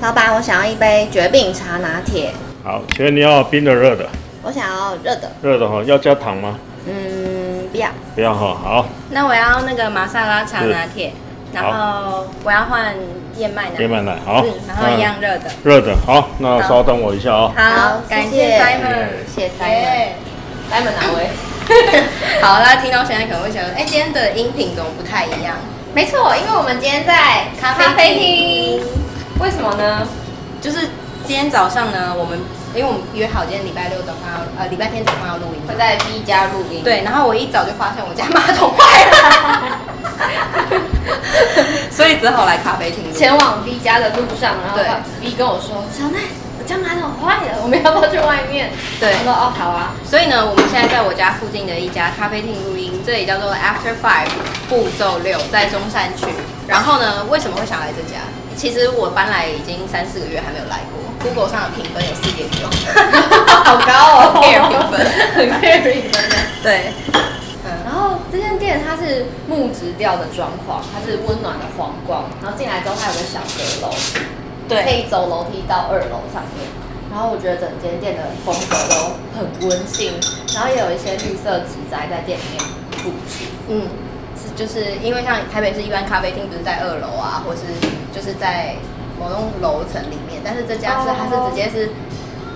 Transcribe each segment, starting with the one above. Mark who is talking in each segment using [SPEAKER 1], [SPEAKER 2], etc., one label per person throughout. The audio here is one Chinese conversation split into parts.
[SPEAKER 1] 老板，我想要一杯绝饼茶拿铁，
[SPEAKER 2] 好，请问你要冰的、热的？
[SPEAKER 1] 我想要热的，
[SPEAKER 2] 热的哈，要加糖吗？
[SPEAKER 1] 嗯，不要，
[SPEAKER 2] 不要哈，好，
[SPEAKER 3] 那我要那个玛莎拉茶
[SPEAKER 2] 是
[SPEAKER 3] 拿铁，然后我要换燕麦拿
[SPEAKER 2] 燕麦奶，好
[SPEAKER 3] 嗯，，然后一样热的。
[SPEAKER 2] 热的，好，那稍等我一下哦。
[SPEAKER 1] 好
[SPEAKER 3] 好，感
[SPEAKER 1] 谢谢
[SPEAKER 3] 谢 Simon，
[SPEAKER 1] 谢谢 Simon。
[SPEAKER 2] 哎
[SPEAKER 3] 耶，Simon 哪位？ 好，大家听到现在可能会想说，哎，今天的音频怎么不太一样？
[SPEAKER 1] 没错，因为我们今天在咖
[SPEAKER 3] 咖
[SPEAKER 1] 啡
[SPEAKER 3] 啡
[SPEAKER 1] 厅
[SPEAKER 3] 厅，为什么呢？就是今天早上呢，我们因为我们约好今天礼拜六早上要，呃，礼拜天早上要录音。
[SPEAKER 1] 会在 B 家录音。
[SPEAKER 3] 对，然后我一早就发现我家马桶坏了， 所以只好来咖啡厅录。
[SPEAKER 1] 前往 B 家的路上，然后
[SPEAKER 3] 对
[SPEAKER 1] B 跟我说：“小奈，我家马桶坏了，我们要不要去外面？”
[SPEAKER 3] 对
[SPEAKER 1] 我说：“哦，好啊。
[SPEAKER 3] 所以呢，我们现在在我家附近的一家咖啡厅录音，这里叫做 After Five 步骤六，在中山区。然后呢，为什么会想来这家？其实我搬来已经三四个月，还没有来过。Google 上的评分有四点九，
[SPEAKER 1] 好高哦
[SPEAKER 3] care 评分，
[SPEAKER 1] 很 carry 真的。
[SPEAKER 3] 对，
[SPEAKER 1] 然后这间店它是木质调的装潢，它是温暖的黄光，然后进来之后它有个小阁楼，可
[SPEAKER 3] 对，
[SPEAKER 1] 以走楼梯到二楼上面。然后我觉得整间店的风格都很温馨，然后也有一些绿色植栽在店里面布置。
[SPEAKER 3] 嗯，是就是因为像台北市一般咖啡厅不是在二楼啊，或是就是在某栋楼层里面，但是这家是、它是直接是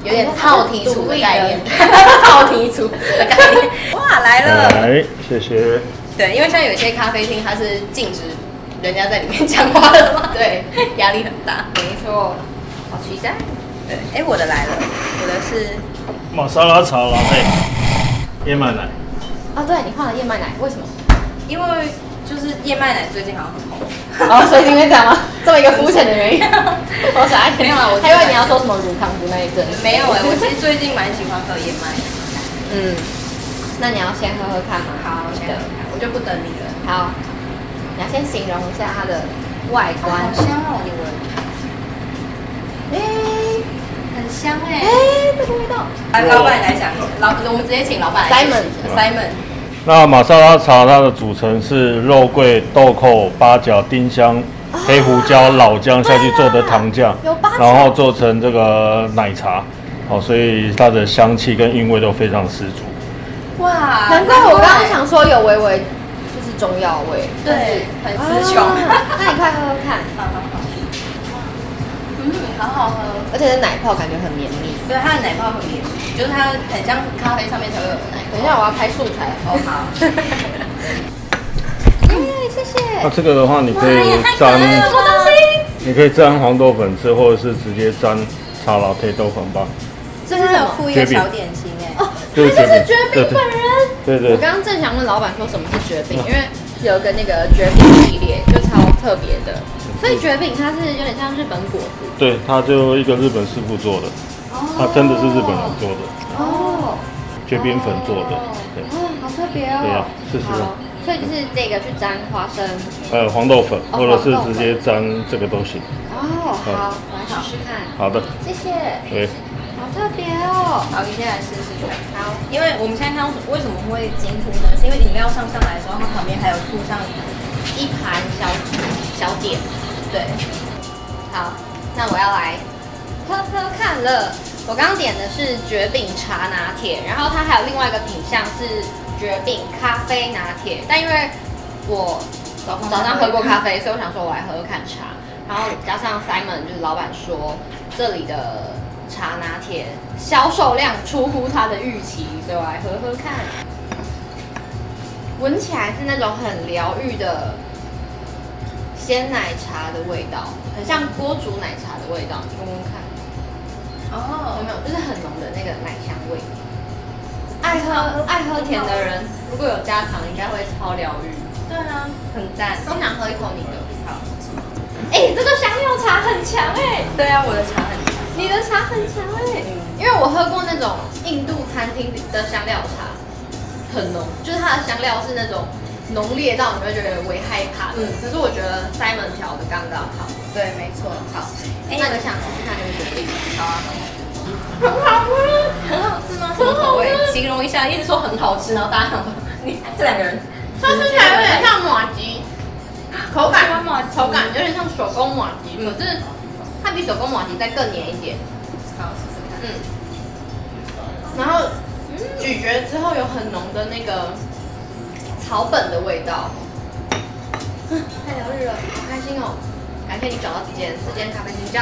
[SPEAKER 3] 有点套题组的概念， 套题组的概念， 哇，来了。
[SPEAKER 2] 来，哎谢谢。
[SPEAKER 3] 对，因为像有一些咖啡厅，它是禁止人家在里面讲话的嘛，
[SPEAKER 1] 对，
[SPEAKER 3] 压力很大。
[SPEAKER 1] 没错，好期待。
[SPEAKER 3] 对，哎，我的来了，我的是
[SPEAKER 2] 玛莎拉茶拉配燕麦奶，
[SPEAKER 1] 哦，对你换了燕麦奶，为什么？
[SPEAKER 3] 因为就是燕麦奶最近好像很红，
[SPEAKER 1] 哦，所以是因为这样吗？ 这么一个肤浅的原因， 我想爱
[SPEAKER 3] 没有啊我
[SPEAKER 1] 还以为你要说什么乳糖不耐症。
[SPEAKER 3] 没有哎、我其实最近蛮喜欢喝燕麦。
[SPEAKER 1] 嗯，那你要先喝喝看吗？
[SPEAKER 3] 好，我先喝喝看我就不等你了。
[SPEAKER 1] 好，你要先形容一下它的外观。
[SPEAKER 3] 香哦，你闻，
[SPEAKER 1] 哎
[SPEAKER 3] 很香哎、
[SPEAKER 1] 哎，这个味道。
[SPEAKER 3] 来，老板来讲一下，老我们直接请老板来
[SPEAKER 1] Simon
[SPEAKER 3] 解释一下 Simon，
[SPEAKER 2] 那玛莎拉茶它的组成是肉桂、豆蔻、八角、丁香、黑胡椒、老姜下去做的糖酱
[SPEAKER 3] 哦
[SPEAKER 1] 对啦有八角，
[SPEAKER 2] 然后做成这个奶茶，好，所以它的香气跟韵味都非常十足。
[SPEAKER 3] 哇
[SPEAKER 1] 难怪我刚刚想说有微微就是中药味，
[SPEAKER 3] 对，很
[SPEAKER 1] 但是
[SPEAKER 3] 词穷。
[SPEAKER 1] 啊 那你快喝喝看，
[SPEAKER 3] 好好好，嗯，好好喝。
[SPEAKER 1] 而且这奶泡感觉很绵密。
[SPEAKER 3] 对，它的奶泡很绵密，就是它很像咖啡上面才会有的奶
[SPEAKER 1] 等一下我要拍素材。
[SPEAKER 3] 泡。哦，好。
[SPEAKER 1] 哎，谢谢。
[SPEAKER 2] 那这个的话，你可以
[SPEAKER 3] 哇也太可
[SPEAKER 2] 沾
[SPEAKER 3] 爱了
[SPEAKER 1] 什么东西？
[SPEAKER 2] 你可以沾黄豆粉吃，或者是直接沾茶老配豆粉吧。
[SPEAKER 1] 这是什么？
[SPEAKER 3] 附
[SPEAKER 2] 一个小
[SPEAKER 3] 点心哎
[SPEAKER 1] 哦，它就是绝饼本人。
[SPEAKER 2] 对对
[SPEAKER 1] 我刚刚正想问老板说什么是绝饼，因为有一个那个绝饼系列就超特别的，所以绝饼它是有点像日本果子
[SPEAKER 2] 对，它就一个日本师傅做的，它真的是日本人做的，
[SPEAKER 1] 哦，
[SPEAKER 2] 绝冰粉做的，对，
[SPEAKER 1] 哦，好特别
[SPEAKER 2] 对
[SPEAKER 1] 哦
[SPEAKER 2] 啊，试试
[SPEAKER 1] 好，所以就是这个去沾花生
[SPEAKER 2] 还有黄豆粉，
[SPEAKER 1] 哦
[SPEAKER 2] 或者是
[SPEAKER 1] 黄豆粉
[SPEAKER 2] 直接沾这个都行。
[SPEAKER 1] 哦，好，我来试试看，
[SPEAKER 2] 好的，
[SPEAKER 1] 谢谢，
[SPEAKER 2] 对，
[SPEAKER 1] 好特别哦，
[SPEAKER 3] 好，你先来试试看。
[SPEAKER 1] 好，
[SPEAKER 3] 因为我们现在看到为什么会惊呼呢？是因为饮料上上来的时候，它旁边还有附上
[SPEAKER 1] 一盘小小点，
[SPEAKER 3] 对，
[SPEAKER 1] 好，那我要来喝喝看了。我刚点的是绝饼茶拿铁，然后它还有另外一个品相是绝饼咖啡拿铁，但因为我
[SPEAKER 3] 早上
[SPEAKER 1] 早上喝过咖啡，所以我想说我来喝喝看茶。然后加上 Simon 就是老板说这里的茶拿铁销售量出乎他的预期，所以我来喝喝看。闻起来是那种很疗愈的鲜奶茶的味道，很像锅煮奶茶的味道。你闻闻看，有
[SPEAKER 3] 哦，
[SPEAKER 1] 没有？就是很浓的那个奶香味。爱喝爱喝甜的人，如果有加糖，应该会超疗愈。
[SPEAKER 3] 对啊，很淡。
[SPEAKER 1] 都想喝一口你的。
[SPEAKER 3] 好，
[SPEAKER 1] 哎、这个香料茶很强哎、
[SPEAKER 3] 对啊，我的茶很淡。
[SPEAKER 1] 你的茶很强哎、
[SPEAKER 3] 嗯
[SPEAKER 1] 因为我喝过那种印度餐厅的香料茶，很浓，就是它的香料是那种浓烈到你会觉得为害怕的。
[SPEAKER 3] 嗯
[SPEAKER 1] 可是我觉得 Simon 调的刚刚好。
[SPEAKER 3] 对，没错。好，哎，
[SPEAKER 1] 那你想试试看这个决定？
[SPEAKER 3] 好啊，
[SPEAKER 1] 很好喝，
[SPEAKER 3] 很好吃吗？什么口味？形容一下，一直说很好吃，然后大家想说你这两个人，
[SPEAKER 1] 它吃起来有点像马吉，口
[SPEAKER 3] 喜
[SPEAKER 1] 感
[SPEAKER 3] 欢麻吉嗯
[SPEAKER 1] 口感有点像手工马吉，可是它比手工马蹄再更黏一点，
[SPEAKER 3] 好试试看。
[SPEAKER 1] 嗯，然后咀嚼之后有很浓的那个草本的味道， 太疗愈了，好开心哦！感谢你找到这间这间咖啡厅叫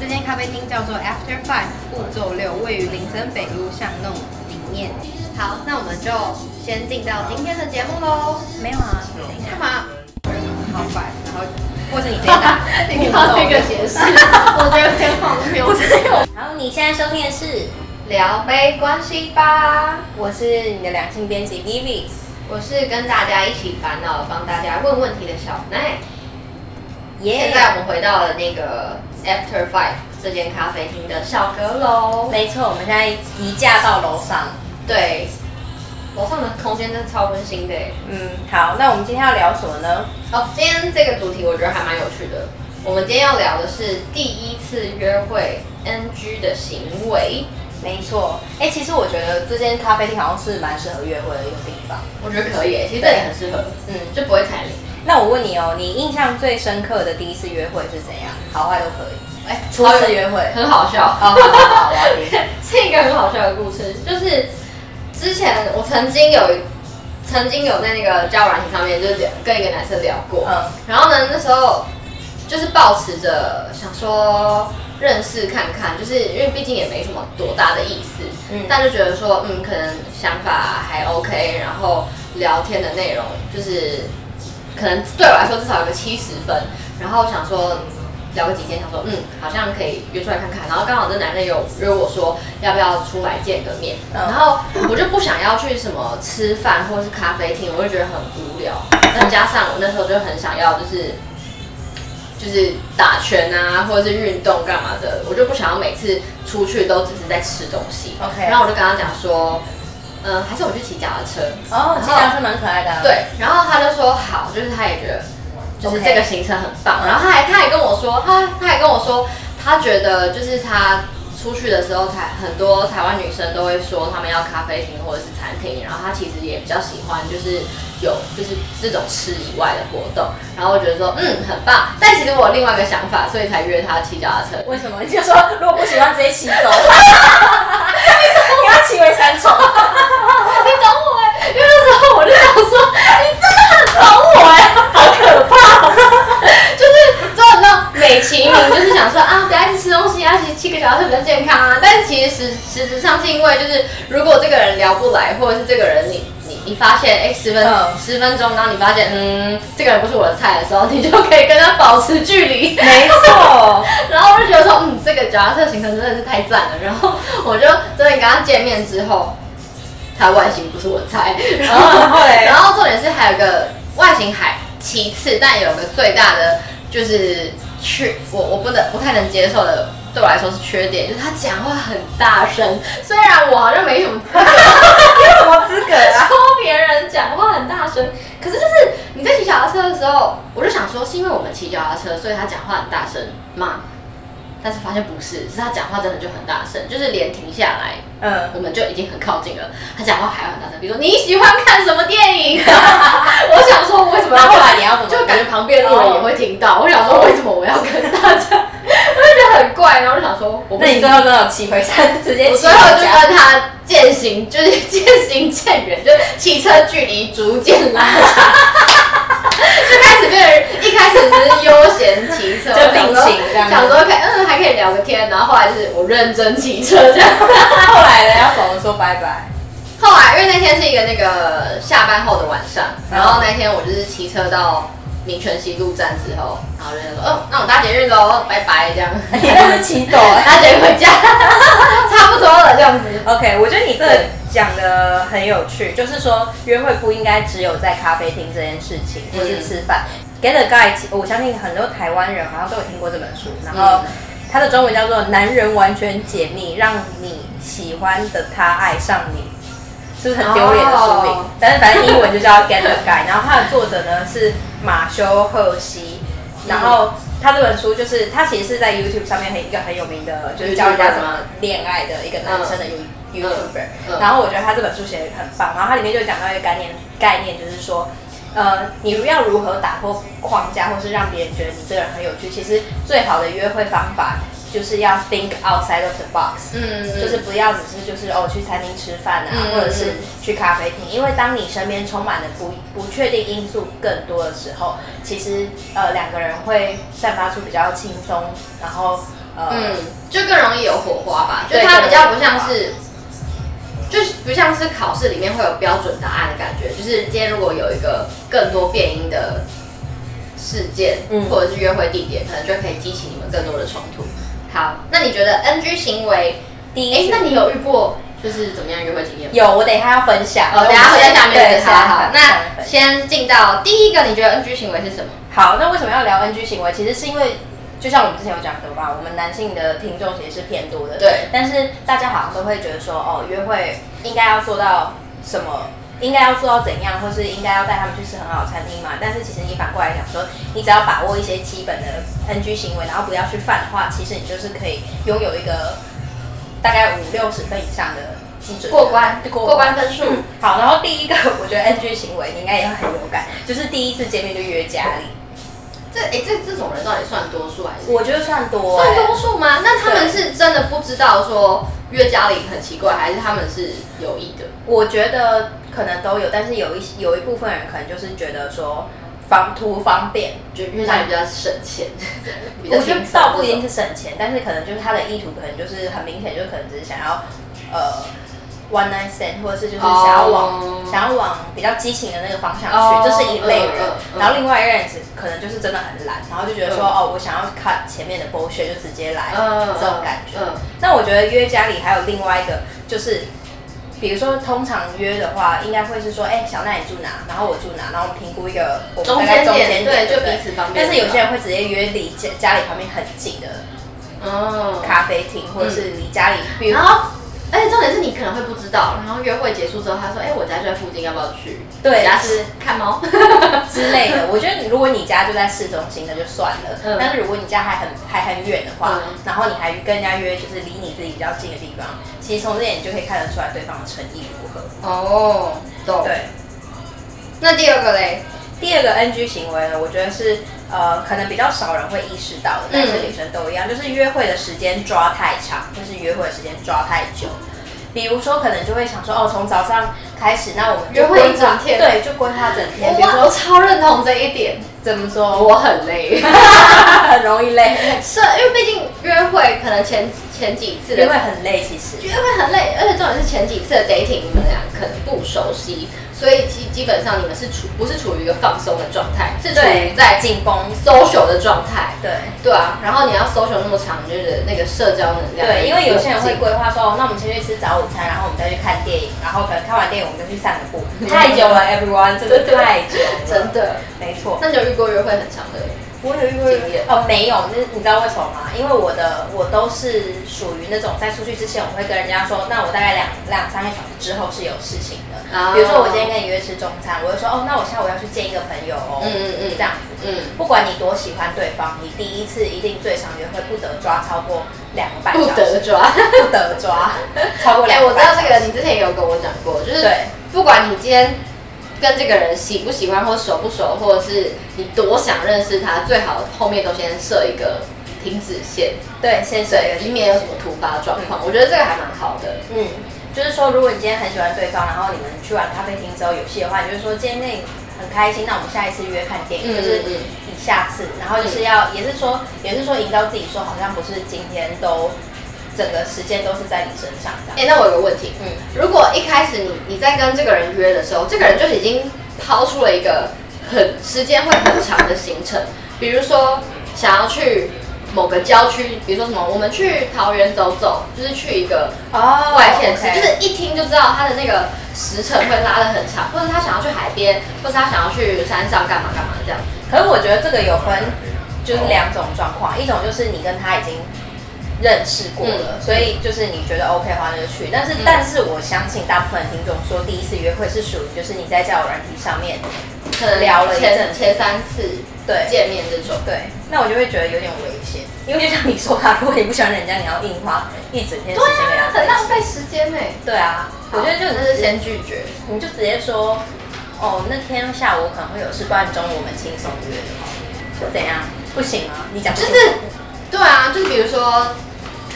[SPEAKER 3] 这间咖啡厅叫做 After Five 步骤六，位于林森北路巷弄里面。
[SPEAKER 1] 好，那我们就先进到今天的节目喽。
[SPEAKER 3] 没有啊，等一下
[SPEAKER 1] 干嘛？
[SPEAKER 3] 好烦。然后或者你直接打
[SPEAKER 1] 你刚刚那个解释， 我 觉得偏荒谬。
[SPEAKER 3] 然后你现在收听的是，
[SPEAKER 1] 聊杯关系吧，
[SPEAKER 3] 我是你的良性编辑 Vivi。
[SPEAKER 1] 我是跟大家一起烦恼、帮大家问问题的小奈。
[SPEAKER 3] 耶
[SPEAKER 1] 现在我们回到了那个 After Five 这间咖啡厅的小阁楼。
[SPEAKER 3] 没错，我们现在移驾到楼上。
[SPEAKER 1] 对，楼上的空间真的超温馨的耶。
[SPEAKER 3] 嗯，好，那我们今天要聊什么呢？
[SPEAKER 1] 好，今天这个主题我觉得还蛮有趣的。我们今天要聊的是第一次约会 NG 的行为，
[SPEAKER 3] 没错，哎、其实我觉得这间咖啡厅好像是蛮适合约会的一个地方。
[SPEAKER 1] 我觉得可以耶，其实这里很适合，
[SPEAKER 3] 嗯，
[SPEAKER 1] 就不会踩雷。
[SPEAKER 3] 那我问你哦，你印象最深刻的第一次约会是怎样？好坏都可以。
[SPEAKER 1] 哎、
[SPEAKER 3] 初
[SPEAKER 1] 好有
[SPEAKER 3] 次约会。哦
[SPEAKER 1] 很好笑，
[SPEAKER 3] 好好好好我要听
[SPEAKER 1] 是一个很好笑的故事，就是之前我曾经有一曾经有在那个交友软件上面就是聊跟一个男生聊过，
[SPEAKER 3] 嗯
[SPEAKER 1] 然后呢那时候就是抱持着想说认识看看，就是因为毕竟也没什么多大的意思，
[SPEAKER 3] 嗯
[SPEAKER 1] 但就觉得说嗯可能想法还 OK，然后聊天的内容就是可能对我来说至少有个七十分，然后想说聊个几天，想说嗯，好像可以约出来看看。然后刚好这男的有约我说要不要出来见个面，
[SPEAKER 3] 嗯
[SPEAKER 1] 然后我就不想要去什么吃饭或是咖啡厅，我就觉得很无聊。再加上我那时候就很想要就是就是打拳啊，或者是运动干嘛的，我就不想要每次出去都只是在吃东西。
[SPEAKER 3] OK
[SPEAKER 1] 然后我就跟他讲说，嗯、还是我们去骑脚踏车。
[SPEAKER 3] 哦，这样是蛮可爱的、啊。，
[SPEAKER 1] 对，然后他就说好，就是他也觉得就是
[SPEAKER 3] OK
[SPEAKER 1] 这个行程很棒然后他还他还跟我说，他他还跟我说，他觉得就是他出去的时候台很多台湾女生都会说他们要咖啡厅或者是餐厅，然后他其实也比较喜欢就是有就是这种吃以外的活动，然后我觉得说嗯很棒，但其实我有另外一个想法，所以才约他骑脚踏车。
[SPEAKER 3] 为什么？ 你就说如果不喜欢直接 骑走，你要骑回三 重。
[SPEAKER 1] 你懂我哎、因为那时候我就想说，你真的很懂我哎、好可
[SPEAKER 3] 哦
[SPEAKER 1] 怕， 就是真的那种美其名就是想说啊，不要一直吃东西啊，其实七个小时比较健康啊，但是其实实实质上是因为就是如果这个人聊不来，或者是这个人你。你你发现哎，十分
[SPEAKER 3] 嗯
[SPEAKER 1] 十分钟，然后你发现嗯，这个人不是我的菜的时候，你就可以跟他保持距离。
[SPEAKER 3] 没错，
[SPEAKER 1] 然后我就觉得说，嗯，这个脚踏车行程真的是太赞了。然后我就真的跟他见面之后，他外形不是我的菜，然后、
[SPEAKER 3] 然后 嘞
[SPEAKER 1] 然后重点是还有一个外形还其次，但有个最大的就是缺，我我不能不太能接受的。对我来说是缺点，就是他讲话很大声，虽然我好像没什么资格
[SPEAKER 3] 你有什么资格 啊？
[SPEAKER 1] 说别人讲话很大声，可是就是你在骑脚踏车的时候，我就想说是因为我们骑脚踏车，所以他讲话很大声吗？但是发现不是，是他讲话真的就很大声，就是连停下来
[SPEAKER 3] 嗯，
[SPEAKER 1] 我们就已经很靠近了，他讲话还要很大声，比如说你喜欢看什么电影？ 我想说为什么要
[SPEAKER 3] 那后来
[SPEAKER 1] 看？
[SPEAKER 3] 你要怎么
[SPEAKER 1] 就感觉旁边路人也会听到，我想说为什么我要跟大家？我就觉得很怪，然后我就想说我不
[SPEAKER 3] 那你
[SPEAKER 1] 行
[SPEAKER 3] 最后真的有骑回山，直接
[SPEAKER 1] 我
[SPEAKER 3] 骑
[SPEAKER 1] 最后
[SPEAKER 3] 回
[SPEAKER 1] 就
[SPEAKER 3] 家。
[SPEAKER 1] 跟他渐行，就是 渐行渐远，就是骑车距离逐渐拉长， 就开始变成一开始只是悠闲骑车，
[SPEAKER 3] 就并行这样
[SPEAKER 1] 想说想说可以，嗯，还可以聊个天，然后后来就是我认真骑车这样。
[SPEAKER 3] 那后来呢？要走了说拜拜。
[SPEAKER 1] 后来因为那天是一个那个下班后的晚上，然后那天我就是骑车到民权西路站之后，然后就想说，哦，那我搭捷运喽，拜拜这样，
[SPEAKER 3] 你那是骑走哎、
[SPEAKER 1] 搭捷运回家， 差不多了这样子。
[SPEAKER 3] OK，我觉得你这
[SPEAKER 1] 对
[SPEAKER 3] 讲的很有趣，就是说约会不应该只有在咖啡厅这件事情，
[SPEAKER 1] 嗯
[SPEAKER 3] 或是吃饭。Get a Guide，我相信很多台湾人好像都有听过这本书，然后
[SPEAKER 1] 嗯
[SPEAKER 3] 它的中文叫做《男人完全解密》，让你喜欢的他爱上你。是不是很丢脸的书名
[SPEAKER 1] 哦
[SPEAKER 3] 但是反正英文就叫 Get a Guide，然后 它的作者呢是马修赫西，然后他这本书就是他其实是在 YouTube 上面很一个很有名的，就是教人家怎么恋爱的一个男生的 You YouTuber，、
[SPEAKER 1] 嗯
[SPEAKER 3] 然后我觉得他这本书写的很棒，然后它里面就讲到一个概念，概念就是说，呃，你要如何打破框架，或是让别人觉得你这个人很有趣？其实最好的约会方法就是要 think outside of the box，
[SPEAKER 1] 嗯，
[SPEAKER 3] 就是不要只是就是哦去餐厅吃饭啊，
[SPEAKER 1] 嗯
[SPEAKER 3] 或者是去咖啡厅，因为当你身边充满了不不确定因素更多的时候，其实呃两个人会散发出比较轻松，然后呃、
[SPEAKER 1] 嗯，就更容易有火花吧，就
[SPEAKER 3] 对
[SPEAKER 1] 它
[SPEAKER 3] 更
[SPEAKER 1] 比较
[SPEAKER 3] 容
[SPEAKER 1] 不
[SPEAKER 3] 易
[SPEAKER 1] 像
[SPEAKER 3] 火花
[SPEAKER 1] 是，就是不像是考试里面会有标准答案的感觉，就是今天如果有一个更多变因的事件，
[SPEAKER 3] 嗯
[SPEAKER 1] 或者是约会地点，可能就可以激起你们更多的冲突。好，那你觉得 NG 行为，
[SPEAKER 3] 第
[SPEAKER 1] 哎、
[SPEAKER 3] 一次
[SPEAKER 1] 那你有遇过就是怎么样约会经验吗？
[SPEAKER 3] 有我等一下要分享，
[SPEAKER 1] 哦，等一下会在下面
[SPEAKER 3] 对
[SPEAKER 1] 跟他好，
[SPEAKER 3] 等一下
[SPEAKER 1] 那先进到第一个，你觉得 NG 行为是什么？
[SPEAKER 3] 好，那为什么要聊 NG 行为？其实是因为，就像我们之前有讲的吧，我们男性的听众其实是偏多的，
[SPEAKER 1] 对
[SPEAKER 3] 但是大家好像都会觉得说，哦，约会应该要做到什么？应该要做到怎样，或是应该要带他们去吃很好的餐厅嘛？但是其实你反过来讲说，你只要把握一些基本的 NG 行为，然后不要去犯的话，其实你就是可以拥有一个大概五六十分以上的基准
[SPEAKER 1] 过关
[SPEAKER 3] 过
[SPEAKER 1] 过
[SPEAKER 3] 关
[SPEAKER 1] 关分数
[SPEAKER 3] 嗯好，然后第一个我觉得 NG 行为你应该也很有感，就是第一次见面就约家里。
[SPEAKER 1] 这哎、这这种人到底算多数还是？
[SPEAKER 3] 我觉得算多、欸，
[SPEAKER 1] 算多数吗？那他们是真的不知道说约家里很奇怪，还是他们是有意的？
[SPEAKER 3] 我觉得可能都有，但是有一些有一部分人可能就是觉得说方图方便，
[SPEAKER 1] 就约家里比较省钱， 比较
[SPEAKER 3] 我觉得
[SPEAKER 1] 轻松
[SPEAKER 3] 倒不一定是省钱，但是可能就是他的意图可能就是很明显，就是可能只是想要呃 one night stand，或者是就是想要往、
[SPEAKER 1] 哦
[SPEAKER 3] 想要往比较激情的那个方向去，
[SPEAKER 1] 哦
[SPEAKER 3] 这是一类人。
[SPEAKER 1] 嗯嗯嗯
[SPEAKER 3] 然后另外一类人只可能就是真的很懒，然后就觉得说、
[SPEAKER 1] 嗯
[SPEAKER 3] 哦，我想要 cut 前面的 bullshit 就直接来、
[SPEAKER 1] 嗯
[SPEAKER 3] 这种感觉。
[SPEAKER 1] 嗯
[SPEAKER 3] 那我觉得约家里还有另外一个就是。比如说，通常约的话，应该会是说，哎、小奈你住哪，然后我住哪，然后我们评估一个我们大概
[SPEAKER 1] 中
[SPEAKER 3] 中
[SPEAKER 1] 间
[SPEAKER 3] 间
[SPEAKER 1] 点
[SPEAKER 3] 点，
[SPEAKER 1] 对
[SPEAKER 3] 对不
[SPEAKER 1] 就
[SPEAKER 3] 对
[SPEAKER 1] 彼此方便的地方
[SPEAKER 3] 但是有些人会直接约离家家里旁边很近的嗯
[SPEAKER 1] 哦
[SPEAKER 3] 咖啡厅，或者是离家里，比如
[SPEAKER 1] 然后，而且重点是你可能会不知道，然后约会结束之后，他说：“哎、我家就在附近，要不要去？”我
[SPEAKER 3] 对
[SPEAKER 1] 家是看猫
[SPEAKER 3] 之类的。我觉得如果你家就在市中心，那就算了。
[SPEAKER 1] 嗯
[SPEAKER 3] 但是如果你家还很还很远的话，
[SPEAKER 1] 嗯
[SPEAKER 3] 然后你还跟人家约就是离你自己比较近的地方，其实从这点你就可以看得出来对方的诚意如 何。
[SPEAKER 1] 哦，懂。
[SPEAKER 3] 对。
[SPEAKER 1] 那第二个嘞，
[SPEAKER 3] 第二个 NG 行为呢，我觉得是呃，可能比较少人会意识到
[SPEAKER 1] 嗯
[SPEAKER 3] 的，但是女生都一样，就是约会的时间抓太长，就是约会的时间抓太久。比如说，可能就会想说，哦，从早上开始，那我们就
[SPEAKER 1] 约会一
[SPEAKER 3] 规划
[SPEAKER 1] 整天
[SPEAKER 3] 对，就规划整天。比如
[SPEAKER 1] 我我
[SPEAKER 3] 说，
[SPEAKER 1] 超认同这一 点，
[SPEAKER 3] 怎么说，
[SPEAKER 1] 我很累。
[SPEAKER 3] 很容易累，
[SPEAKER 1] 是，因为毕竟约会可能前前几次的
[SPEAKER 3] 约会很累，其实。
[SPEAKER 1] 觉得会很累，而且重点是前几次的 dating 你们俩可能不熟悉，所以基基本上你们是处不是处于一个放松的状态，是处于在
[SPEAKER 3] 在紧绷，
[SPEAKER 1] social 的状态。
[SPEAKER 3] 对。
[SPEAKER 1] 对啊，然后你要 social 那么长，你就是那个社交能量。
[SPEAKER 3] 对，因为有些人会规划说，哦，那我们先去吃早午餐，然后我们再去看电影，然后可能看完电影我们再去 散个步。太久了，everyone，真的太久了，
[SPEAKER 1] 真的。
[SPEAKER 3] 没错。
[SPEAKER 1] 那你有遇过约会很长的？
[SPEAKER 3] 我有一个
[SPEAKER 1] 经验
[SPEAKER 3] 哦，没有，就是你知道为什么吗？因为我的我都是属于那种在出去之前，我会跟人家说，那我大概两两三个小时之后是有事情的。
[SPEAKER 1] 哦
[SPEAKER 3] 比如说我今天跟你约吃中餐，我就说哦，那我下午要去见一个朋友哦，
[SPEAKER 1] 嗯嗯嗯
[SPEAKER 3] 这样子。
[SPEAKER 1] 嗯
[SPEAKER 3] 不管你多喜欢对方，你第一次一定最长约会不得抓超过两个半
[SPEAKER 1] 不
[SPEAKER 3] 小
[SPEAKER 1] 得
[SPEAKER 3] 时，
[SPEAKER 1] 抓。
[SPEAKER 3] 不得抓 超 过
[SPEAKER 1] 哎、
[SPEAKER 3] 两
[SPEAKER 1] 我
[SPEAKER 3] 个
[SPEAKER 1] 知道
[SPEAKER 3] 半小
[SPEAKER 1] 这
[SPEAKER 3] 时。
[SPEAKER 1] 个，你之前也有跟我讲过，就是
[SPEAKER 3] 对
[SPEAKER 1] 不管你今天跟这个人喜不喜欢，或熟不熟，或者是你多想认识他，最好后面都先设一个停止线，
[SPEAKER 3] 对，先说一
[SPEAKER 1] 对，
[SPEAKER 3] 个
[SPEAKER 1] 以免有什么突发状况。我觉得这个还蛮好的。
[SPEAKER 3] 嗯，就是说，如果你今天很喜欢对方，然后你们去完咖啡厅之后有戏的话，你就说今天那里很开心，那我们下一次约看电
[SPEAKER 1] 嗯
[SPEAKER 3] 影，就是
[SPEAKER 1] 嗯嗯
[SPEAKER 3] 你下次，然后就是要、也是说也是说营造自己说好像不是今天都整个时间都是在你身上这样。
[SPEAKER 1] 哎、那我有个问题，
[SPEAKER 3] 嗯，
[SPEAKER 1] 如果一开始你你在跟这个人约的时候，这个人就已经抛出了一个很时间会很长的行程，比如说想要去某个郊区，比如说什么我们去桃园走走，就是去一个
[SPEAKER 3] 哦
[SPEAKER 1] 外县市，就是一听就知道他的那个时程会拉得很长，或者他想要去海边，或者他想要去山上干嘛干嘛这样。
[SPEAKER 3] 可是我觉得这个有分，就是两种状况，一种就是你跟他已经认识过了，所以就是你觉得 OK 的话那就去。但
[SPEAKER 1] 嗯
[SPEAKER 3] 是、但是我相信大部分的听众说，第一次约会是属于就是你在交友软体上面
[SPEAKER 1] 可能
[SPEAKER 3] 聊了一阵
[SPEAKER 1] 前
[SPEAKER 3] 子
[SPEAKER 1] 前三次
[SPEAKER 3] 对
[SPEAKER 1] 见面这种，
[SPEAKER 3] 对，那我就会觉得有点危险，因为就像你说的，如果你不喜欢人家，你要硬花一整天时间跟
[SPEAKER 1] 对啊很
[SPEAKER 3] 他，在一起
[SPEAKER 1] 浪费时间呢。
[SPEAKER 3] 对啊，我觉得就
[SPEAKER 1] 好
[SPEAKER 3] 你
[SPEAKER 1] 那
[SPEAKER 3] 直
[SPEAKER 1] 就
[SPEAKER 3] 接，
[SPEAKER 1] 先拒绝。
[SPEAKER 3] 你就直接说，哦，哦，那天下午我可能会有事，不然中午我们轻松约好，是怎样？不行吗？你讲不
[SPEAKER 1] 就
[SPEAKER 3] 行
[SPEAKER 1] 是，对啊，就是比如说，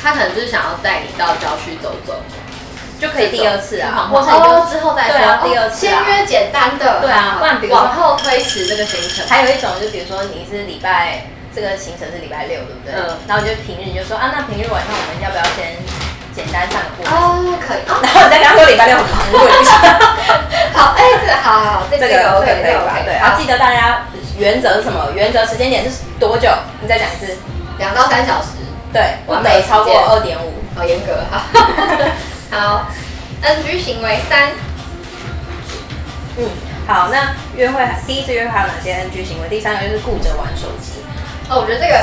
[SPEAKER 1] 他可能就是想要带你到郊区走走，
[SPEAKER 3] 就可以第二次啊，
[SPEAKER 1] 或
[SPEAKER 3] 或是
[SPEAKER 1] 是
[SPEAKER 3] 你
[SPEAKER 1] 哦
[SPEAKER 3] 就
[SPEAKER 1] 之后再说，
[SPEAKER 3] 对啊
[SPEAKER 1] 哦
[SPEAKER 3] 第二次啊
[SPEAKER 1] 先约简单的，
[SPEAKER 3] 对啊不然比如说
[SPEAKER 1] 往后推迟这个行程，
[SPEAKER 3] 还有一种就比如说你是礼拜这个行程是礼拜六，对不对？
[SPEAKER 1] 嗯
[SPEAKER 3] 然后就平日就说啊，那平日晚上我们要不要先简单上个步？
[SPEAKER 1] 哦可以，哦
[SPEAKER 3] 然后你再跟他说礼拜六很忙，我也不知道
[SPEAKER 1] 好，哎这个好好，这
[SPEAKER 3] 这
[SPEAKER 1] 这
[SPEAKER 3] 个
[SPEAKER 1] 个
[SPEAKER 3] 这
[SPEAKER 1] OK
[SPEAKER 3] 个可
[SPEAKER 1] 这
[SPEAKER 3] 以
[SPEAKER 1] 个
[SPEAKER 3] 吧？
[SPEAKER 1] OK，
[SPEAKER 3] 对，啊然
[SPEAKER 1] 好
[SPEAKER 3] 后记得大家原则是什么？原则时间点是多久？你再讲一次。
[SPEAKER 1] 两到三小时，
[SPEAKER 3] 对，不
[SPEAKER 1] 完
[SPEAKER 3] 得
[SPEAKER 1] 美
[SPEAKER 3] 超过
[SPEAKER 1] 时间
[SPEAKER 3] 二点五。
[SPEAKER 1] 好严格， 好，好，NG 行为三，
[SPEAKER 3] 嗯，好，那约会第一次约会还有哪些 NG 行为？第三个就是顾着玩手机。
[SPEAKER 1] 哦我觉得这个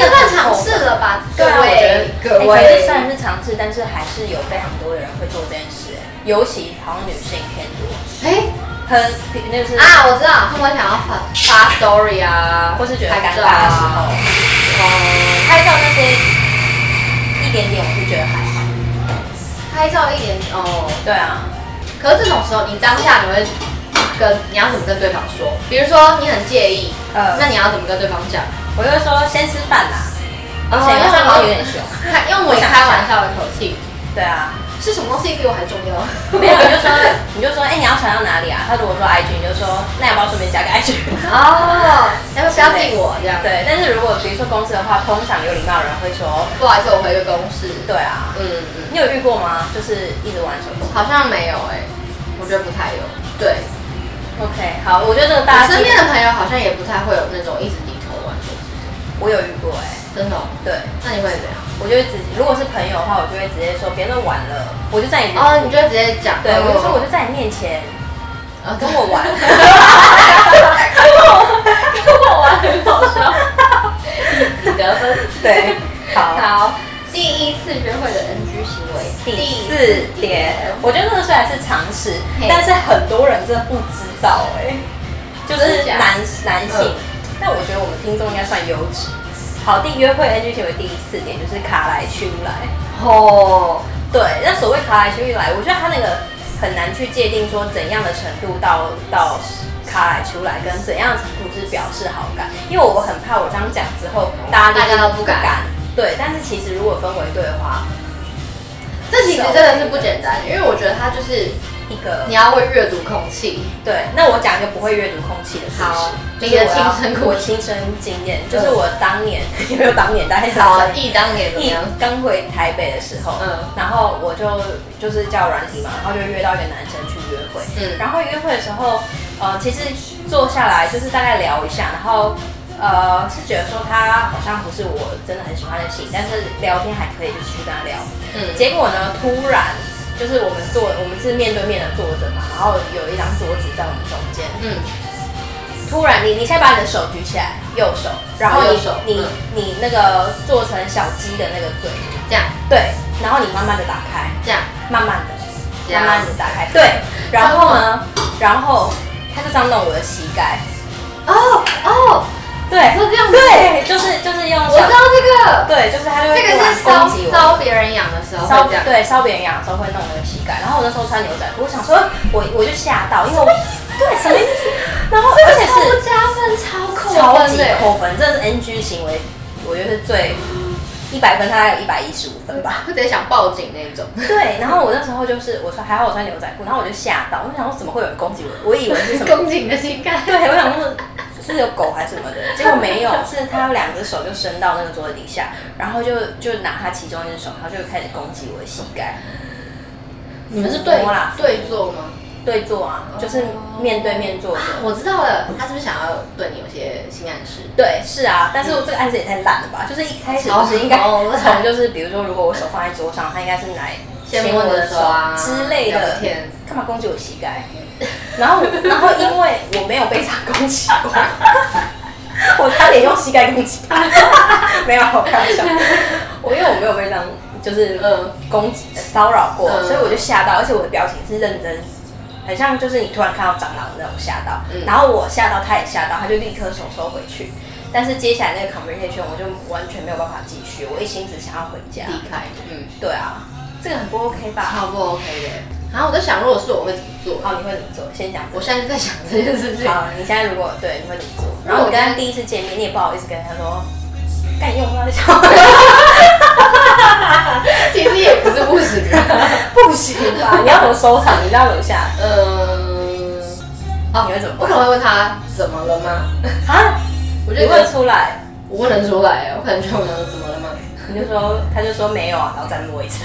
[SPEAKER 1] 这
[SPEAKER 3] 个
[SPEAKER 1] 个
[SPEAKER 3] 很
[SPEAKER 1] 算尝试了吧，各
[SPEAKER 3] 对啊，我
[SPEAKER 1] 位
[SPEAKER 3] 觉得
[SPEAKER 1] 各
[SPEAKER 3] 哎可是
[SPEAKER 1] 位
[SPEAKER 3] 虽，然是尝试，但是还是有非常多的人会做这件事，哎尤其好像女性偏多，
[SPEAKER 1] 哎
[SPEAKER 3] 很那就是
[SPEAKER 1] 啊我知道，他们想要发发 story 啊，
[SPEAKER 3] 或是觉得尴
[SPEAKER 1] 拍
[SPEAKER 3] 尬
[SPEAKER 1] 照
[SPEAKER 3] 的时
[SPEAKER 1] 啊
[SPEAKER 3] 候，
[SPEAKER 1] 哦。
[SPEAKER 3] 拍照那些一点点，我就觉得还好。
[SPEAKER 1] 拍照一点哦，
[SPEAKER 3] 对啊，
[SPEAKER 1] 可是这种时候你当下你会跟你要怎么跟对方说？比如说你很介意，
[SPEAKER 3] 呃
[SPEAKER 1] 那你要怎么跟对方讲？哦
[SPEAKER 3] 我就会说先吃饭啦，而且
[SPEAKER 1] 用
[SPEAKER 3] 好像有点凶。
[SPEAKER 1] 开 用我开玩笑的口气，
[SPEAKER 3] 对啊，
[SPEAKER 1] 是什么东西比我还重要？
[SPEAKER 3] 没有你就说你就说哎、你要传到哪里啊？他如果说 IG，你就说那要不要顺便加个 IG？
[SPEAKER 1] 哦，要不要敬我这样？
[SPEAKER 3] 对，但是如果比如说公司的话，通常有礼貌的人会说，
[SPEAKER 1] 不好意思，我回个公事。
[SPEAKER 3] 对啊，
[SPEAKER 1] 嗯嗯，
[SPEAKER 3] 你有遇过吗？就是一直玩手机。
[SPEAKER 1] 好像没有哎、我觉得不太有。对，
[SPEAKER 3] OK，好，我觉得这个
[SPEAKER 1] 我
[SPEAKER 3] 大家
[SPEAKER 1] 身边
[SPEAKER 3] 记得
[SPEAKER 1] 的朋友好像也不太会有那种一直低头玩手机
[SPEAKER 3] 我有遇过哎、
[SPEAKER 1] 的，真的哦、
[SPEAKER 3] 对，
[SPEAKER 1] 那你会怎样？
[SPEAKER 3] 我就会直，如果是朋友的话，我就会直接说别说玩了，我就在你
[SPEAKER 1] 哦，你就哦直接讲。
[SPEAKER 3] 对，我就说我
[SPEAKER 1] 就
[SPEAKER 3] 就在你面前
[SPEAKER 1] 啊
[SPEAKER 3] 跟 我玩，
[SPEAKER 1] 跟我玩很搞笑， 你得分。
[SPEAKER 3] 对，好。
[SPEAKER 1] 好，第一次约会的 NG 行为，
[SPEAKER 3] 第四点，我觉得这个虽然是常识，
[SPEAKER 1] 嘿
[SPEAKER 3] 但是很多人真的不知道哎、就是
[SPEAKER 1] 真假
[SPEAKER 3] 男男性
[SPEAKER 1] 嗯。
[SPEAKER 3] 但我觉得我们听众应该算优质。好，第约会 NG 行为第四点就是卡来去不来。
[SPEAKER 1] 哦，
[SPEAKER 3] 对，那所谓卡来去不来，我觉得他那个很难去界定说怎样的程度到到卡来出来，跟怎样的程度是表示好感，因为我很怕我这样讲之后，大家
[SPEAKER 1] 大
[SPEAKER 3] 就
[SPEAKER 1] 家都
[SPEAKER 3] 是
[SPEAKER 1] 不敢
[SPEAKER 3] 对，但是其实如果分为对的话，
[SPEAKER 1] 这其实真的是不简单，因为我觉得它就是
[SPEAKER 3] 一个
[SPEAKER 1] 你要会阅读空气，
[SPEAKER 3] 对，那我讲一个不会阅读空气的故事。
[SPEAKER 1] 好
[SPEAKER 3] 就
[SPEAKER 1] 你的
[SPEAKER 3] 是我
[SPEAKER 1] 亲
[SPEAKER 3] 要
[SPEAKER 1] 身故事嗯
[SPEAKER 3] 我亲身经验，就是我当年 也没有当年，大概是
[SPEAKER 1] 好，
[SPEAKER 3] 一
[SPEAKER 1] 忆当年怎么
[SPEAKER 3] 一
[SPEAKER 1] 样？
[SPEAKER 3] 刚回台北的时候，
[SPEAKER 1] 嗯
[SPEAKER 3] 然后我就就是叫软体嘛，然后就约到一个男生去约会，
[SPEAKER 1] 嗯
[SPEAKER 3] 然后约会的时候，呃，其实坐下来就是大概聊一下，然后呃是觉得说他好像不是我真的很喜欢的型，但是聊天还可以，就是去跟他聊，
[SPEAKER 1] 嗯，
[SPEAKER 3] 结果呢，突然就是我们坐，我们是面对面的坐着嘛，然后有一张桌子在我们中间。
[SPEAKER 1] 嗯，
[SPEAKER 3] 突然你，你先把你的手举起来，右手，然后你
[SPEAKER 1] 右手
[SPEAKER 3] 你、
[SPEAKER 1] 嗯
[SPEAKER 3] 你那个做成小鸡的那个嘴，
[SPEAKER 1] 这样
[SPEAKER 3] 对，然后你慢慢的打开，
[SPEAKER 1] 这样，
[SPEAKER 3] 慢慢的，
[SPEAKER 1] 这
[SPEAKER 3] 慢
[SPEAKER 1] 样
[SPEAKER 3] 慢的打开，对，然后呢，然后他就这样弄我的膝盖，
[SPEAKER 1] 哦哦，
[SPEAKER 3] 对，
[SPEAKER 1] 是这样子
[SPEAKER 3] 对，就是就是用
[SPEAKER 1] 我
[SPEAKER 3] 小
[SPEAKER 1] 知，道
[SPEAKER 3] 对，就是他就
[SPEAKER 1] 这个，这
[SPEAKER 3] 会突
[SPEAKER 1] 个
[SPEAKER 3] 然
[SPEAKER 1] 是
[SPEAKER 3] 攻
[SPEAKER 1] 搔
[SPEAKER 3] 击我。
[SPEAKER 1] 搔别人痒的时候
[SPEAKER 3] 烧
[SPEAKER 1] 会这样，
[SPEAKER 3] 对烧别人痒的时候会弄那个膝盖，然后我那时候穿牛仔裤，我想说我我就吓到，因为我对什么意 思？然后而且
[SPEAKER 1] 超
[SPEAKER 3] 是
[SPEAKER 1] 加分，超扣
[SPEAKER 3] 超
[SPEAKER 1] 分
[SPEAKER 3] 级
[SPEAKER 1] 的，
[SPEAKER 3] 扣分，这是 NG 行为，我觉得是最一百分，大概有一百一十五分吧。
[SPEAKER 1] 会直接想报警那种。
[SPEAKER 3] 对，然后我那时候就是我穿还好我穿牛仔裤，然后我就吓到，我想说怎么会有人攻击我？我以为 是什 么？
[SPEAKER 1] 宫颈的膝盖。
[SPEAKER 3] 对，我想说是有狗还是什么的，结果没有，是他两只手就伸到那个桌子底下，然后就就拿他其中一只手，然后就开始攻击我的膝盖。你们是
[SPEAKER 1] 对
[SPEAKER 3] 对
[SPEAKER 1] 对哦坐吗？
[SPEAKER 3] 对坐啊，就是面对面坐着。
[SPEAKER 1] 我知道了，他是不是想要对你有些性暗示？
[SPEAKER 3] 对，是啊，但是我这个案子也太烂了吧！就是一开始
[SPEAKER 1] 超
[SPEAKER 3] 不是应该
[SPEAKER 1] 好烂
[SPEAKER 3] 从就是比如说，如果我手放在桌上，他应该是来
[SPEAKER 1] 先摸你的手啊
[SPEAKER 3] 之类的
[SPEAKER 1] 聊天，
[SPEAKER 3] 干嘛攻击我膝盖？ 然后然后因为我没有被他攻击过， 我差点用膝盖攻击他， 没有，我开玩笑，我因为我没有被这样就是呃
[SPEAKER 1] 嗯
[SPEAKER 3] 攻击骚扰过，
[SPEAKER 1] 嗯
[SPEAKER 3] 所以我就吓到，而且我的表情是认真，很像就是你突然看到蟑螂那种吓到，
[SPEAKER 1] 嗯
[SPEAKER 3] 然后我吓到，他也吓到，他就立刻手收回去。但是接下来那个 conversation 我就完全没有办法继续，我一心只想要回家。
[SPEAKER 1] 离开，嗯，
[SPEAKER 3] 对啊，这个很不 OK 吧？
[SPEAKER 1] 超不 OK 的。然后我在想，如果是我会怎么做？
[SPEAKER 3] 好，你会怎么做？先讲。
[SPEAKER 1] 我现在就在想这件事情。
[SPEAKER 3] 好，你现在如果对，你会怎么做？然后你跟他第一次见面，你也不好意思跟他说，干用不到笑，
[SPEAKER 1] 其实也不是不行啊。
[SPEAKER 3] 不行吧？ 你要怎么收场？你知道怎么下？
[SPEAKER 1] 嗯，哦
[SPEAKER 3] 你会怎么办
[SPEAKER 1] 我可能会问他怎么了吗？
[SPEAKER 3] 啊？
[SPEAKER 1] 我
[SPEAKER 3] 我
[SPEAKER 1] 就
[SPEAKER 3] 就问出 来，
[SPEAKER 1] 我不能出来，我可能就问他怎么了吗？
[SPEAKER 3] 你就说，他就说没有啊，然后再摸一次，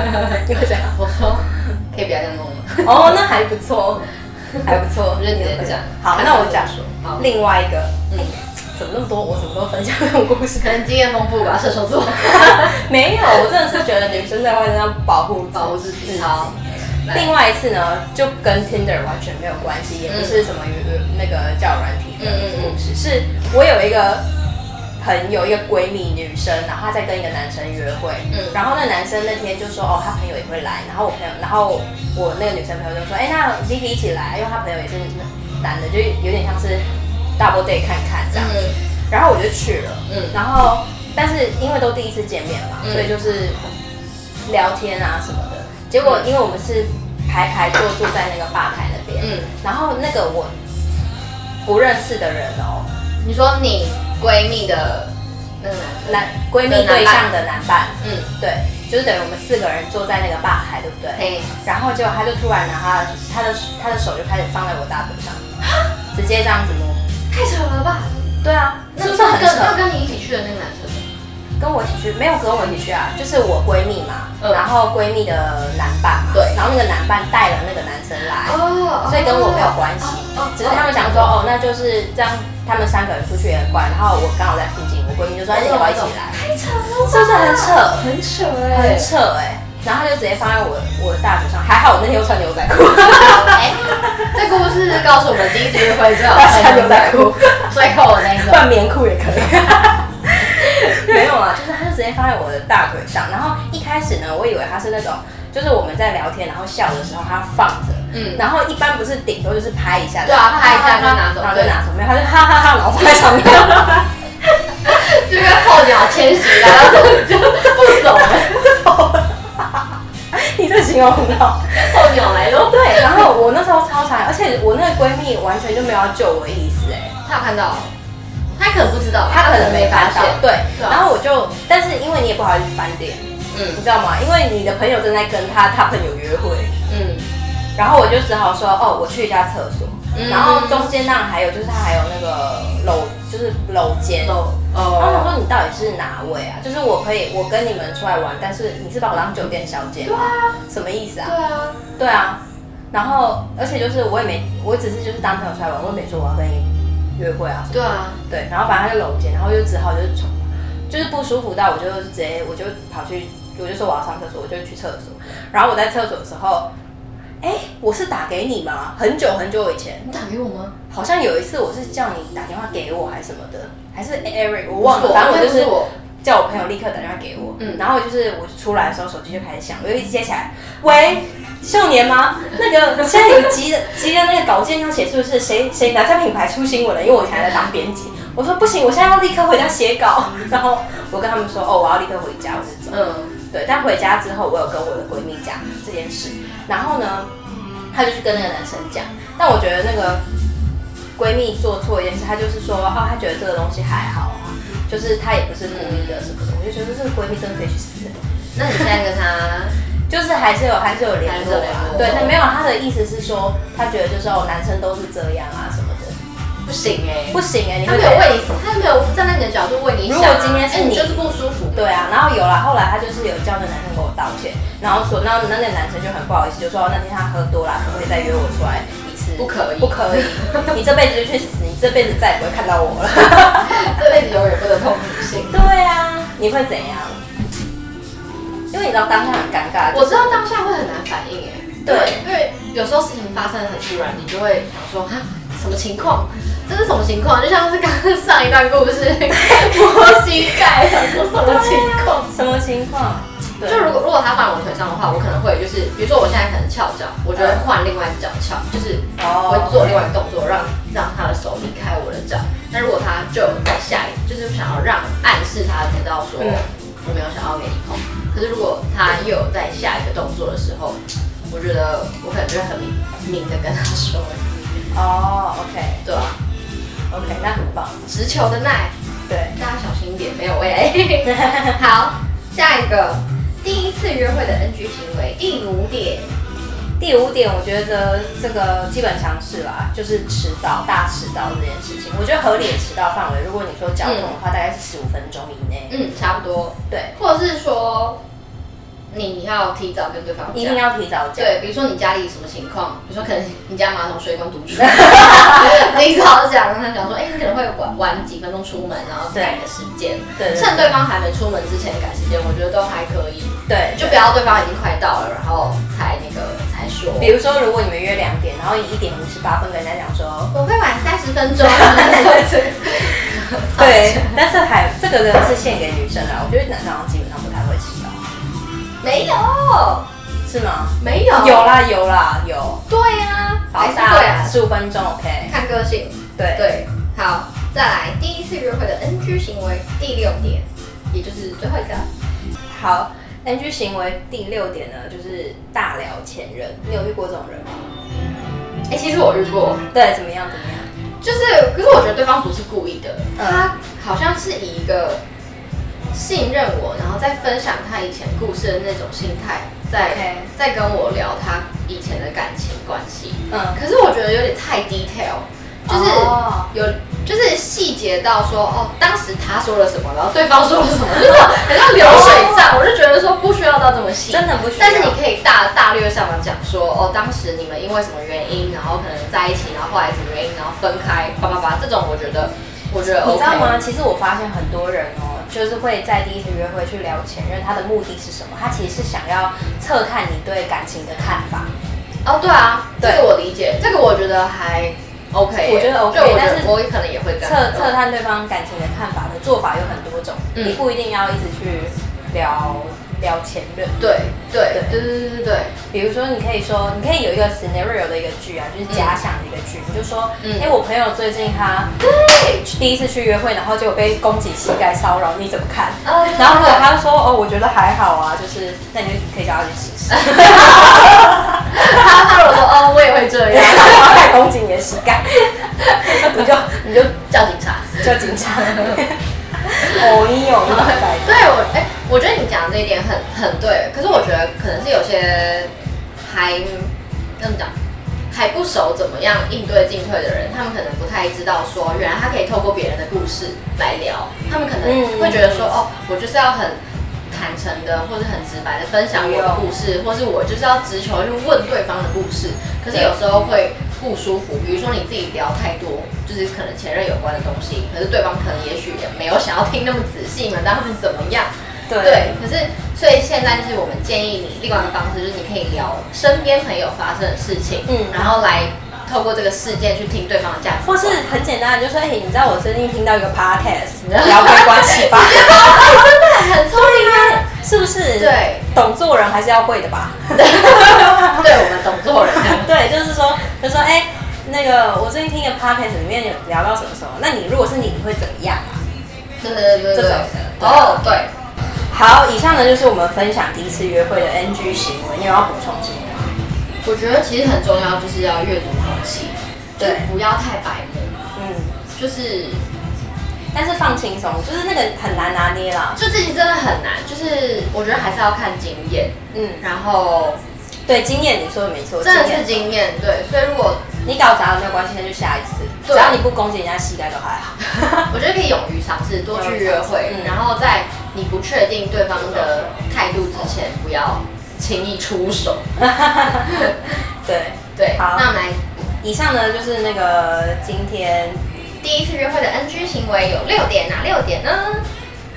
[SPEAKER 3] 你会这样？
[SPEAKER 1] 我说可以不要这样弄吗？
[SPEAKER 3] 哦，那还不错，还不错，
[SPEAKER 1] 我觉得你的讲，
[SPEAKER 3] 好，那我讲
[SPEAKER 1] 说，好，
[SPEAKER 3] 另外一个，哎
[SPEAKER 1] 嗯，
[SPEAKER 3] 怎么那么多？我怎么都分享这种故 事
[SPEAKER 1] 可？能经验丰富吧，射手座，
[SPEAKER 3] 没有，我真的是觉得女生在外面要保护
[SPEAKER 1] 保护自己。好，来
[SPEAKER 3] 另外一次呢，就跟 Tinder 完全没有关系，也不是什么与那个交友软体的故事，是我有一个朋友，一个闺蜜女生，然后她在跟一个男生约会，
[SPEAKER 1] 嗯
[SPEAKER 3] 然后那男生那天就说，哦，他朋友也会来，然后我朋友，然后我那个女生朋友就说，哎、那 Vicky 一起来，因为她朋友也是男的，就有点像是 double day 看看这样子，
[SPEAKER 1] 嗯
[SPEAKER 3] 然后我就去了，
[SPEAKER 1] 嗯
[SPEAKER 3] 然后但是因为都第一次见面嘛，
[SPEAKER 1] 嗯
[SPEAKER 3] 所以就是聊天啊什么的。结果因为我们是排排坐坐在那个吧台那边，
[SPEAKER 1] 嗯，
[SPEAKER 3] 然后那个我不认识的人哦，
[SPEAKER 1] 你说你闺蜜的那个男生，
[SPEAKER 3] 男闺蜜对象的男伴，
[SPEAKER 1] 嗯，
[SPEAKER 3] 对，就是等于我们四个人坐在那个吧台，对不对？
[SPEAKER 1] 嘿，
[SPEAKER 3] 然后结果他就突然拿他的他的他的手就开始放在我大腿上， 直接这样子摸。
[SPEAKER 1] 太扯了吧？
[SPEAKER 3] 对啊，是
[SPEAKER 1] 是
[SPEAKER 3] 不
[SPEAKER 1] 不
[SPEAKER 3] 是
[SPEAKER 1] 是
[SPEAKER 3] 很
[SPEAKER 1] 跟
[SPEAKER 3] 扯？
[SPEAKER 1] 要跟你一起去的那个男生？
[SPEAKER 3] 跟我一起去，没有跟我一起去啊，就是我闺蜜嘛，
[SPEAKER 1] 嗯
[SPEAKER 3] 然后闺蜜的男伴嘛，
[SPEAKER 1] 对
[SPEAKER 3] 然后那个男伴带了那个男生来，
[SPEAKER 1] 哦
[SPEAKER 3] 所以跟我没有关系，只是他们想说，哦，那就是这样，他们三个人出去也很怪，然后我刚好在附近，我闺蜜就说，哎，你要不要一起来？
[SPEAKER 1] 太扯了，
[SPEAKER 3] 是不是很扯？
[SPEAKER 1] 很扯
[SPEAKER 3] 很扯哎、然后他就直接放在我我的大腿上，还好我那天又穿牛仔 裤，
[SPEAKER 1] 哎，这故事告诉我们第一次约会最好
[SPEAKER 3] 穿哎牛仔裤，
[SPEAKER 1] 最后的那一种。
[SPEAKER 3] 换棉裤也可以。没有啊，就是他就直接放在我的大腿上，然后一开始呢，我以为他是那种，就是我们在聊天然后笑的时候他放着，
[SPEAKER 1] 嗯，
[SPEAKER 3] 然后一般不是顶多就是拍一下，
[SPEAKER 1] 对啊拍一下就拿走
[SPEAKER 3] 然后就拿走，没有他就哈哈哈，然后放在上面，
[SPEAKER 1] 就跟候鸟迁徙来到这里就不走了，
[SPEAKER 3] 你这形容很好。
[SPEAKER 1] 候鸟来了。
[SPEAKER 3] 哦对，然后我那时候超惨，而且我那个闺蜜完全就没有要救我的意思哎、
[SPEAKER 1] 他有看到，他可能不知道，
[SPEAKER 3] 她可能没翻到，对，
[SPEAKER 1] 对啊
[SPEAKER 3] 然后我就，但是因为你也不好意思翻脸，你
[SPEAKER 1] 嗯
[SPEAKER 3] 知道吗？因为你的朋友正在跟他他朋友约会，
[SPEAKER 1] 嗯，
[SPEAKER 3] 然后我就只好说，哦，我去一下厕所。
[SPEAKER 1] 嗯
[SPEAKER 3] 然后中间那还有就是他还有那个楼，就是楼间。
[SPEAKER 1] 都
[SPEAKER 3] 然后我
[SPEAKER 1] 哦，
[SPEAKER 3] 说你到底是哪位啊？就是我可以我跟你们出来玩，但是你是把我当酒店小姐吗？什么意思啊？
[SPEAKER 1] 对啊，
[SPEAKER 3] 对啊。然后而且就是我也没，我只是就是当朋友出来玩，我也没说我要跟你约会啊什么的
[SPEAKER 1] 对啊，
[SPEAKER 3] 对，然后反正他就搂肩，然后就只好就是从就是不舒服到我就直接我就跑去，我就说我要上厕所，我就去厕所。然后我在厕所的时候，哎，我是打给你吗？很久很久以前，
[SPEAKER 1] 你打给我吗？
[SPEAKER 3] 好像有一次我是叫你打电话给我还是什么的，还是 Eric 我忘了，反正我就
[SPEAKER 1] 不
[SPEAKER 3] 是
[SPEAKER 1] 我，
[SPEAKER 3] 叫我朋友立刻打电话给我，
[SPEAKER 1] 嗯
[SPEAKER 3] 嗯，然后就是我出来的时候手机就开始响，我就一直接起来，喂，秀年吗？ 那个现在有急的 急的那个稿件要写，是不是谁谁哪家品牌出新闻了？因为我以前还在当编辑，我说不行，我现在要立刻回家写稿，然后我跟他们说哦，我要立刻回家，我就走。
[SPEAKER 1] 嗯
[SPEAKER 3] 对，但回家之后，我有跟我的闺蜜讲这件事，然后呢，她就去跟那个男生讲，但我觉得那个闺蜜做错一件事，她就是说，哦，她觉得这个东西还好啊，就是她也不是故意的什么的，我就觉得这个闺蜜真的可以去死，
[SPEAKER 1] 那你现在跟他，
[SPEAKER 3] 就是还是有还是有联
[SPEAKER 1] 还是有
[SPEAKER 3] 络
[SPEAKER 1] 联
[SPEAKER 3] 啊，
[SPEAKER 1] 络
[SPEAKER 3] 对，但没有她的意思是说，她觉得就是哦，男生都是这样啊什么的，
[SPEAKER 1] 不行哎
[SPEAKER 3] 不行哎、你
[SPEAKER 1] 他
[SPEAKER 3] 会
[SPEAKER 1] 没
[SPEAKER 3] 不会
[SPEAKER 1] 有为你，他没有站在你的角度为你想啊。
[SPEAKER 3] 如果今天是
[SPEAKER 1] 哎
[SPEAKER 3] 你
[SPEAKER 1] 就是不舒服。
[SPEAKER 3] 对啊，然后有了，后来他就是有叫那男生跟我道歉，然后说，那那那男生就很不好意思，就说哦那天他喝多了，可不可以再约我出来一次？
[SPEAKER 1] 不可以
[SPEAKER 3] 不 可以，你这辈子就去死，你这辈子再也不会看到我 了。
[SPEAKER 1] 这辈子永远不能碰女性。
[SPEAKER 3] 对啊，你会怎样？因为你知道当下很尴尬，
[SPEAKER 1] 我知道当下会很难反应哎，
[SPEAKER 3] 对
[SPEAKER 1] 因为有时候事情发生得很突然，你就会想说哈什么情况？这是什么情况？就像是刚刚上一段故 事摸膝盖，想说什么情况？
[SPEAKER 3] 什么情况？对
[SPEAKER 1] 就如果如果他放我腿上的话，我可能会就是，比如说我现在可能翘脚，我就会换另外一只脚翘，就是
[SPEAKER 3] 哦
[SPEAKER 1] 我会做另外一个动作，让让他的手离开我的脚。那如果他就在下一，就是想要让暗示他知道说
[SPEAKER 3] 嗯
[SPEAKER 1] 我没有想要给你碰。可是如果他又有在下一个动作的时候，我我觉得我可能就会很明的跟他说，
[SPEAKER 3] 哦，OK
[SPEAKER 1] 对啊，
[SPEAKER 3] OK，那很棒，
[SPEAKER 1] 直球的耐，
[SPEAKER 3] 对，
[SPEAKER 1] 大家小心一点，没有喂。好，下一个，第一次约会的 NG 行为，第五点，
[SPEAKER 3] 第五点，我觉得这个基本常识啦，就是迟到、大迟到这件事情。我觉得合理的迟到范围，如果你说交通的话，大概是十五分钟以内。
[SPEAKER 1] 嗯，差不多，
[SPEAKER 3] 对，
[SPEAKER 1] 或者是说你要提早跟对方
[SPEAKER 3] 一定
[SPEAKER 1] 讲。
[SPEAKER 3] 要提早讲。
[SPEAKER 1] 对，比如说你家里什么情况，比如说可能你家马桶水管堵 住，你早讲跟他讲说，哎、你可能会晚晚几分钟出门，然后改个时间，
[SPEAKER 3] 对对
[SPEAKER 1] 趁对方还没出门之前改时间，我觉得都还可以，
[SPEAKER 3] 对，
[SPEAKER 1] 就不要对方已经快到了，然后才那个才说，
[SPEAKER 3] 比如说，如果你们约两点，然后一点五十八分跟人家讲说，
[SPEAKER 1] 我会晚三十分钟，
[SPEAKER 3] 对，但是还这个呢是献给女生啦，我觉得男生好像基本上不太会迟到，
[SPEAKER 1] 没有，
[SPEAKER 3] 是吗？
[SPEAKER 1] 没有，
[SPEAKER 3] 有，啦有啦有，
[SPEAKER 1] 对啊，还
[SPEAKER 3] 好
[SPEAKER 1] 是对
[SPEAKER 3] 大
[SPEAKER 1] 啊，
[SPEAKER 3] 十五分钟 OK，
[SPEAKER 1] 看个性，
[SPEAKER 3] 对
[SPEAKER 1] 对，好，再来第一次约会的 NG 行为第六点，也就是最后一个。
[SPEAKER 3] 好。NG 行为第六点呢，就是大聊前任，你有遇过这种人吗？
[SPEAKER 1] 哎、其实我遇过，
[SPEAKER 3] 对，怎么样怎么样？
[SPEAKER 1] 就是，可是我觉得对方不是故意的，
[SPEAKER 3] 嗯
[SPEAKER 1] 他好像是以一个信任我，然后再分享他以前故事的那种心态，在
[SPEAKER 3] OK
[SPEAKER 1] 在跟我聊他以前的感情关系。
[SPEAKER 3] 嗯，
[SPEAKER 1] 可是我觉得有点太 detail，就是
[SPEAKER 3] 哦
[SPEAKER 1] 有、就是细节到说哦，当时他说了什么，然后对方说了什么， 就是很像流水账，我就觉得说不需要到这么细，
[SPEAKER 3] 真的不需要
[SPEAKER 1] 但是你可以大大略上的讲说哦，当时你们因为什么原因，然后可能在一起，然后后来什么原因，然后分开，叭叭叭，这种我觉得我觉得 OK，
[SPEAKER 3] 你知道吗？其实我发现很多人哦，就是会在第一次约会去聊前任，他的目的是什么？他其实是想要测探你对感情的看法。
[SPEAKER 1] 哦，对啊，
[SPEAKER 3] 对
[SPEAKER 1] 这个我理解，这个我觉得还 OK，
[SPEAKER 3] 我觉得 OK，
[SPEAKER 1] 就我觉
[SPEAKER 3] 但
[SPEAKER 1] 得
[SPEAKER 3] 是
[SPEAKER 1] 我可能也会这样
[SPEAKER 3] 测测探对啊方感情的看法的做法有很多种，
[SPEAKER 1] 嗯
[SPEAKER 3] 你不一定要一直去聊聊前任。
[SPEAKER 1] 对对对
[SPEAKER 3] 对
[SPEAKER 1] 对对对对，
[SPEAKER 3] 比如说，你可以说，你可以有一个 scenario 的一个剧啊，就是假想的一个剧，你就说，哎、
[SPEAKER 1] 嗯
[SPEAKER 3] 我朋友最近他去第一次去约会，然后就被攻击膝盖骚扰，你怎么看？
[SPEAKER 1] 哦对
[SPEAKER 3] 然后如果他说，哦，我觉得还好啊，就是，那你就可以叫他去试 试，
[SPEAKER 1] 他他如果说哦，我也会这样，
[SPEAKER 3] 然后再攻击你的膝盖， 你就你就
[SPEAKER 1] 叫警察。
[SPEAKER 3] 就紧张了。 哦，你有一百
[SPEAKER 1] 对我，哎、我觉得你讲的这一点很很对，可是我觉得可能是有些还嗯怎么讲，还不熟怎么样应对进退的人，他们可能不太知道说，原来他可以透过别人的故事来聊，他们可能会觉得说，哦，我就是要很。坦诚的，或者很直白的分享我
[SPEAKER 3] 哎
[SPEAKER 1] 的故事，或是我就是要直球去问对方的故事。可是有时候会不舒服，比如说你自己聊太多，就是可能前任有关的东西，可是对方可能也许也没有想要听那么仔细嘛，但他们怎么样？
[SPEAKER 3] 对
[SPEAKER 1] 对，可是所以现在就是我们建议你另外一个方式，就是你可以聊身边朋友发生的事情，
[SPEAKER 3] 嗯
[SPEAKER 1] 嗯，然后来透过这个事件去听对方的价值
[SPEAKER 3] 或
[SPEAKER 1] 观，
[SPEAKER 3] 是很简单的，就说，哎、你知道我最近听到一个 podcast，聊开关系 吧，
[SPEAKER 1] 很聪明啊，
[SPEAKER 3] 是不是？
[SPEAKER 1] 对，
[SPEAKER 3] 懂做人还是要会的 吧。
[SPEAKER 1] 对我们懂做人，
[SPEAKER 3] 对，就是说，就说，哎、那个我最近听一个 podcast 里面有聊到什么什么，那你如果是你，你会怎么样啊？
[SPEAKER 1] 对对对对
[SPEAKER 3] 这种
[SPEAKER 1] 对
[SPEAKER 3] 的，
[SPEAKER 1] 哦对，
[SPEAKER 3] 好，以上呢就是我们分享第一次约会的 NG 行为，你有要补充什么吗？
[SPEAKER 1] 我觉得其实很重要，就是要阅读空气，
[SPEAKER 3] 对
[SPEAKER 1] 就不要太白目，
[SPEAKER 3] 嗯，
[SPEAKER 1] 就是
[SPEAKER 3] 但是放轻松，就是那个很难拿捏啦。
[SPEAKER 1] 就自己真的很难，就是我觉得还是要看经验，
[SPEAKER 3] 嗯，
[SPEAKER 1] 然后
[SPEAKER 3] 对，经验你说的没错，
[SPEAKER 1] 真的
[SPEAKER 3] 经
[SPEAKER 1] 是
[SPEAKER 3] 验
[SPEAKER 1] 经验，对，所以如果
[SPEAKER 3] 你搞砸了没有关系，那就下一次，只
[SPEAKER 1] 对
[SPEAKER 3] 要你不攻击人家膝盖都还 好。
[SPEAKER 1] 我觉得可以勇于尝试，多去约会，
[SPEAKER 3] 嗯
[SPEAKER 1] 然后在你不确定对方的态度之前，不要轻易出 手。
[SPEAKER 3] 对，
[SPEAKER 1] 对，
[SPEAKER 3] 好
[SPEAKER 1] 那我们来
[SPEAKER 3] 以上呢就是那个今天
[SPEAKER 1] 第一次约会的 NG 行为有六点，哪六点呢？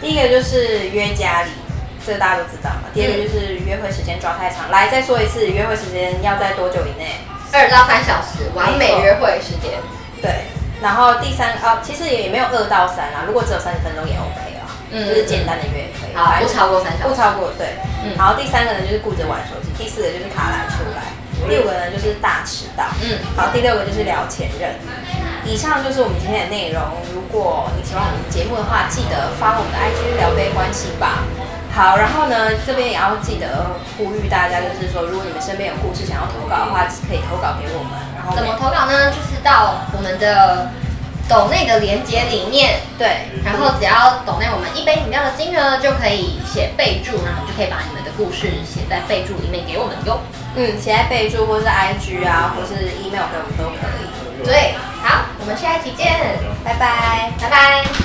[SPEAKER 3] 第一个就是约家里，这个大家都知道嘛。第二个就是约会时间抓太长，来再说一次，约会时间要在多久以内？
[SPEAKER 1] 二到三小时，完美约会时间。
[SPEAKER 3] 对。然后第三啊，其实也没有二到三啦，如果只有三十分钟也 OK 啦，
[SPEAKER 1] 嗯
[SPEAKER 3] 就是简单的约也可以，
[SPEAKER 1] 好，
[SPEAKER 3] 反
[SPEAKER 1] 不
[SPEAKER 3] 正
[SPEAKER 1] 超过三小时。
[SPEAKER 3] 不超过对。
[SPEAKER 1] 嗯
[SPEAKER 3] 然后第三个呢就是顾着玩手机，第四个就是卡来出来，第五个呢就是大迟到，
[SPEAKER 1] 嗯
[SPEAKER 3] 好，第六个就是聊前任。以上就是我们今天的内容。如果你喜欢我们节目的话，记得发我们的 IG 聊杯关系吧。好，然后呢，这边也要记得呼吁大家，就是说，如果你们身边有故事想要投稿的话，可以投稿给我们。然后
[SPEAKER 1] 怎么投稿呢？就是到我们的抖内的连接里面，
[SPEAKER 3] 对？
[SPEAKER 1] 然后只要抖内我们一杯饮料的金额，就可以写备注，然后我们就可以把你们的故事写在备注里面给我们哟。
[SPEAKER 3] 嗯，写在备注或是 IG 啊，或是 email 给我们都可以。
[SPEAKER 1] 对，好，我们下一期见，
[SPEAKER 3] 拜拜。
[SPEAKER 1] 拜拜。